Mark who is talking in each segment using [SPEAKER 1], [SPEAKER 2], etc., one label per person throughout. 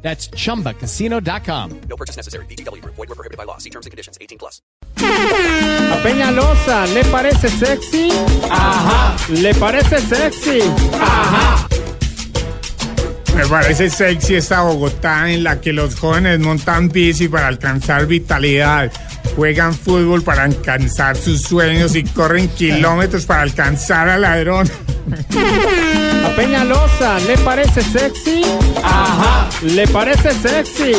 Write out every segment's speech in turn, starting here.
[SPEAKER 1] That's chumbacasino.com.
[SPEAKER 2] No purchase necessary. BGW. Void were prohibited by law. See terms and conditions. 18 plus.
[SPEAKER 3] A Peñalosa, ¿le parece sexy? Ajá. ¿Le parece sexy?
[SPEAKER 4] Me parece sexy esta Bogotá en la que los jóvenes montan bici para alcanzar vitalidad, juegan fútbol para alcanzar sus sueños y corren kilómetros para alcanzar al ladrón.
[SPEAKER 3] A Peñalosa, ¿le parece sexy? Ajá. ¿Le parece sexy?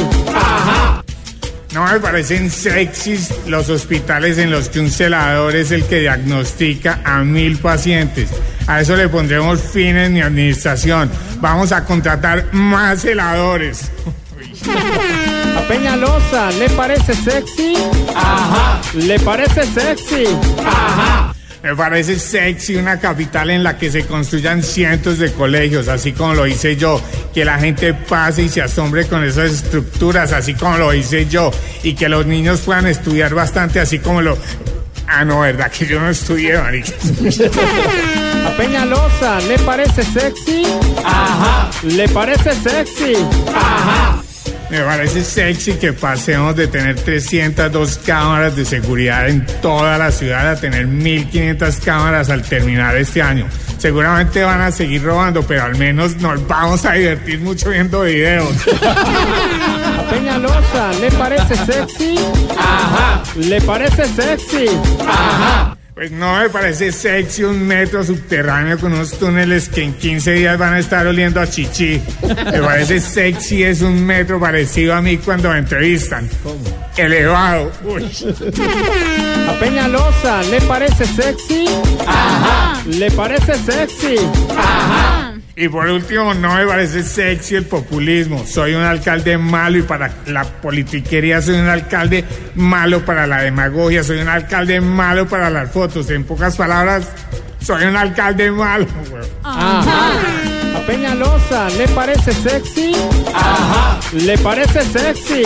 [SPEAKER 4] No me parecen sexys los hospitales en los que un celador es el que diagnostica a mil pacientes. A eso le pondremos fin en mi administración. Vamos a contratar más celadores.
[SPEAKER 3] A Peñalosa, ¿le parece sexy? Ajá. ¿Le parece sexy?
[SPEAKER 4] Me parece sexy una capital en la que se construyan cientos de colegios, así como lo hice yo. Que la gente pase y se asombre con esas estructuras, así como lo hice yo. Y que los niños puedan estudiar bastante, así como lo... Ah, no, ¿verdad? Que yo no estudié, marica.
[SPEAKER 3] A Peñalosa, ¿le parece sexy? Ajá. ¿Le parece sexy?
[SPEAKER 4] Me parece sexy que pasemos de tener 302 cámaras de seguridad en toda la ciudad a tener 1.500 cámaras al terminar este año. Seguramente van a seguir robando, pero al menos nos vamos a divertir mucho viendo videos.
[SPEAKER 3] A Peñalosa, ¿le parece sexy? Ajá. ¿Le parece sexy?
[SPEAKER 4] Pues no me parece sexy un metro subterráneo con unos túneles que en 15 días van a estar oliendo a chichi. Me parece sexy es un metro parecido a mí cuando me entrevistan. Elevado. Uy.
[SPEAKER 3] A Peñalosa, ¿le parece sexy? Ajá. ¿Le parece sexy?
[SPEAKER 4] Y por último, no me parece sexy el populismo. Soy un alcalde malo y para la politiquería soy un alcalde malo para la demagogia, soy un alcalde malo para las fotos. En pocas palabras, soy un alcalde malo. güey.
[SPEAKER 3] A Peñalosa, ¿le parece sexy? Ajá. ¿Le parece sexy?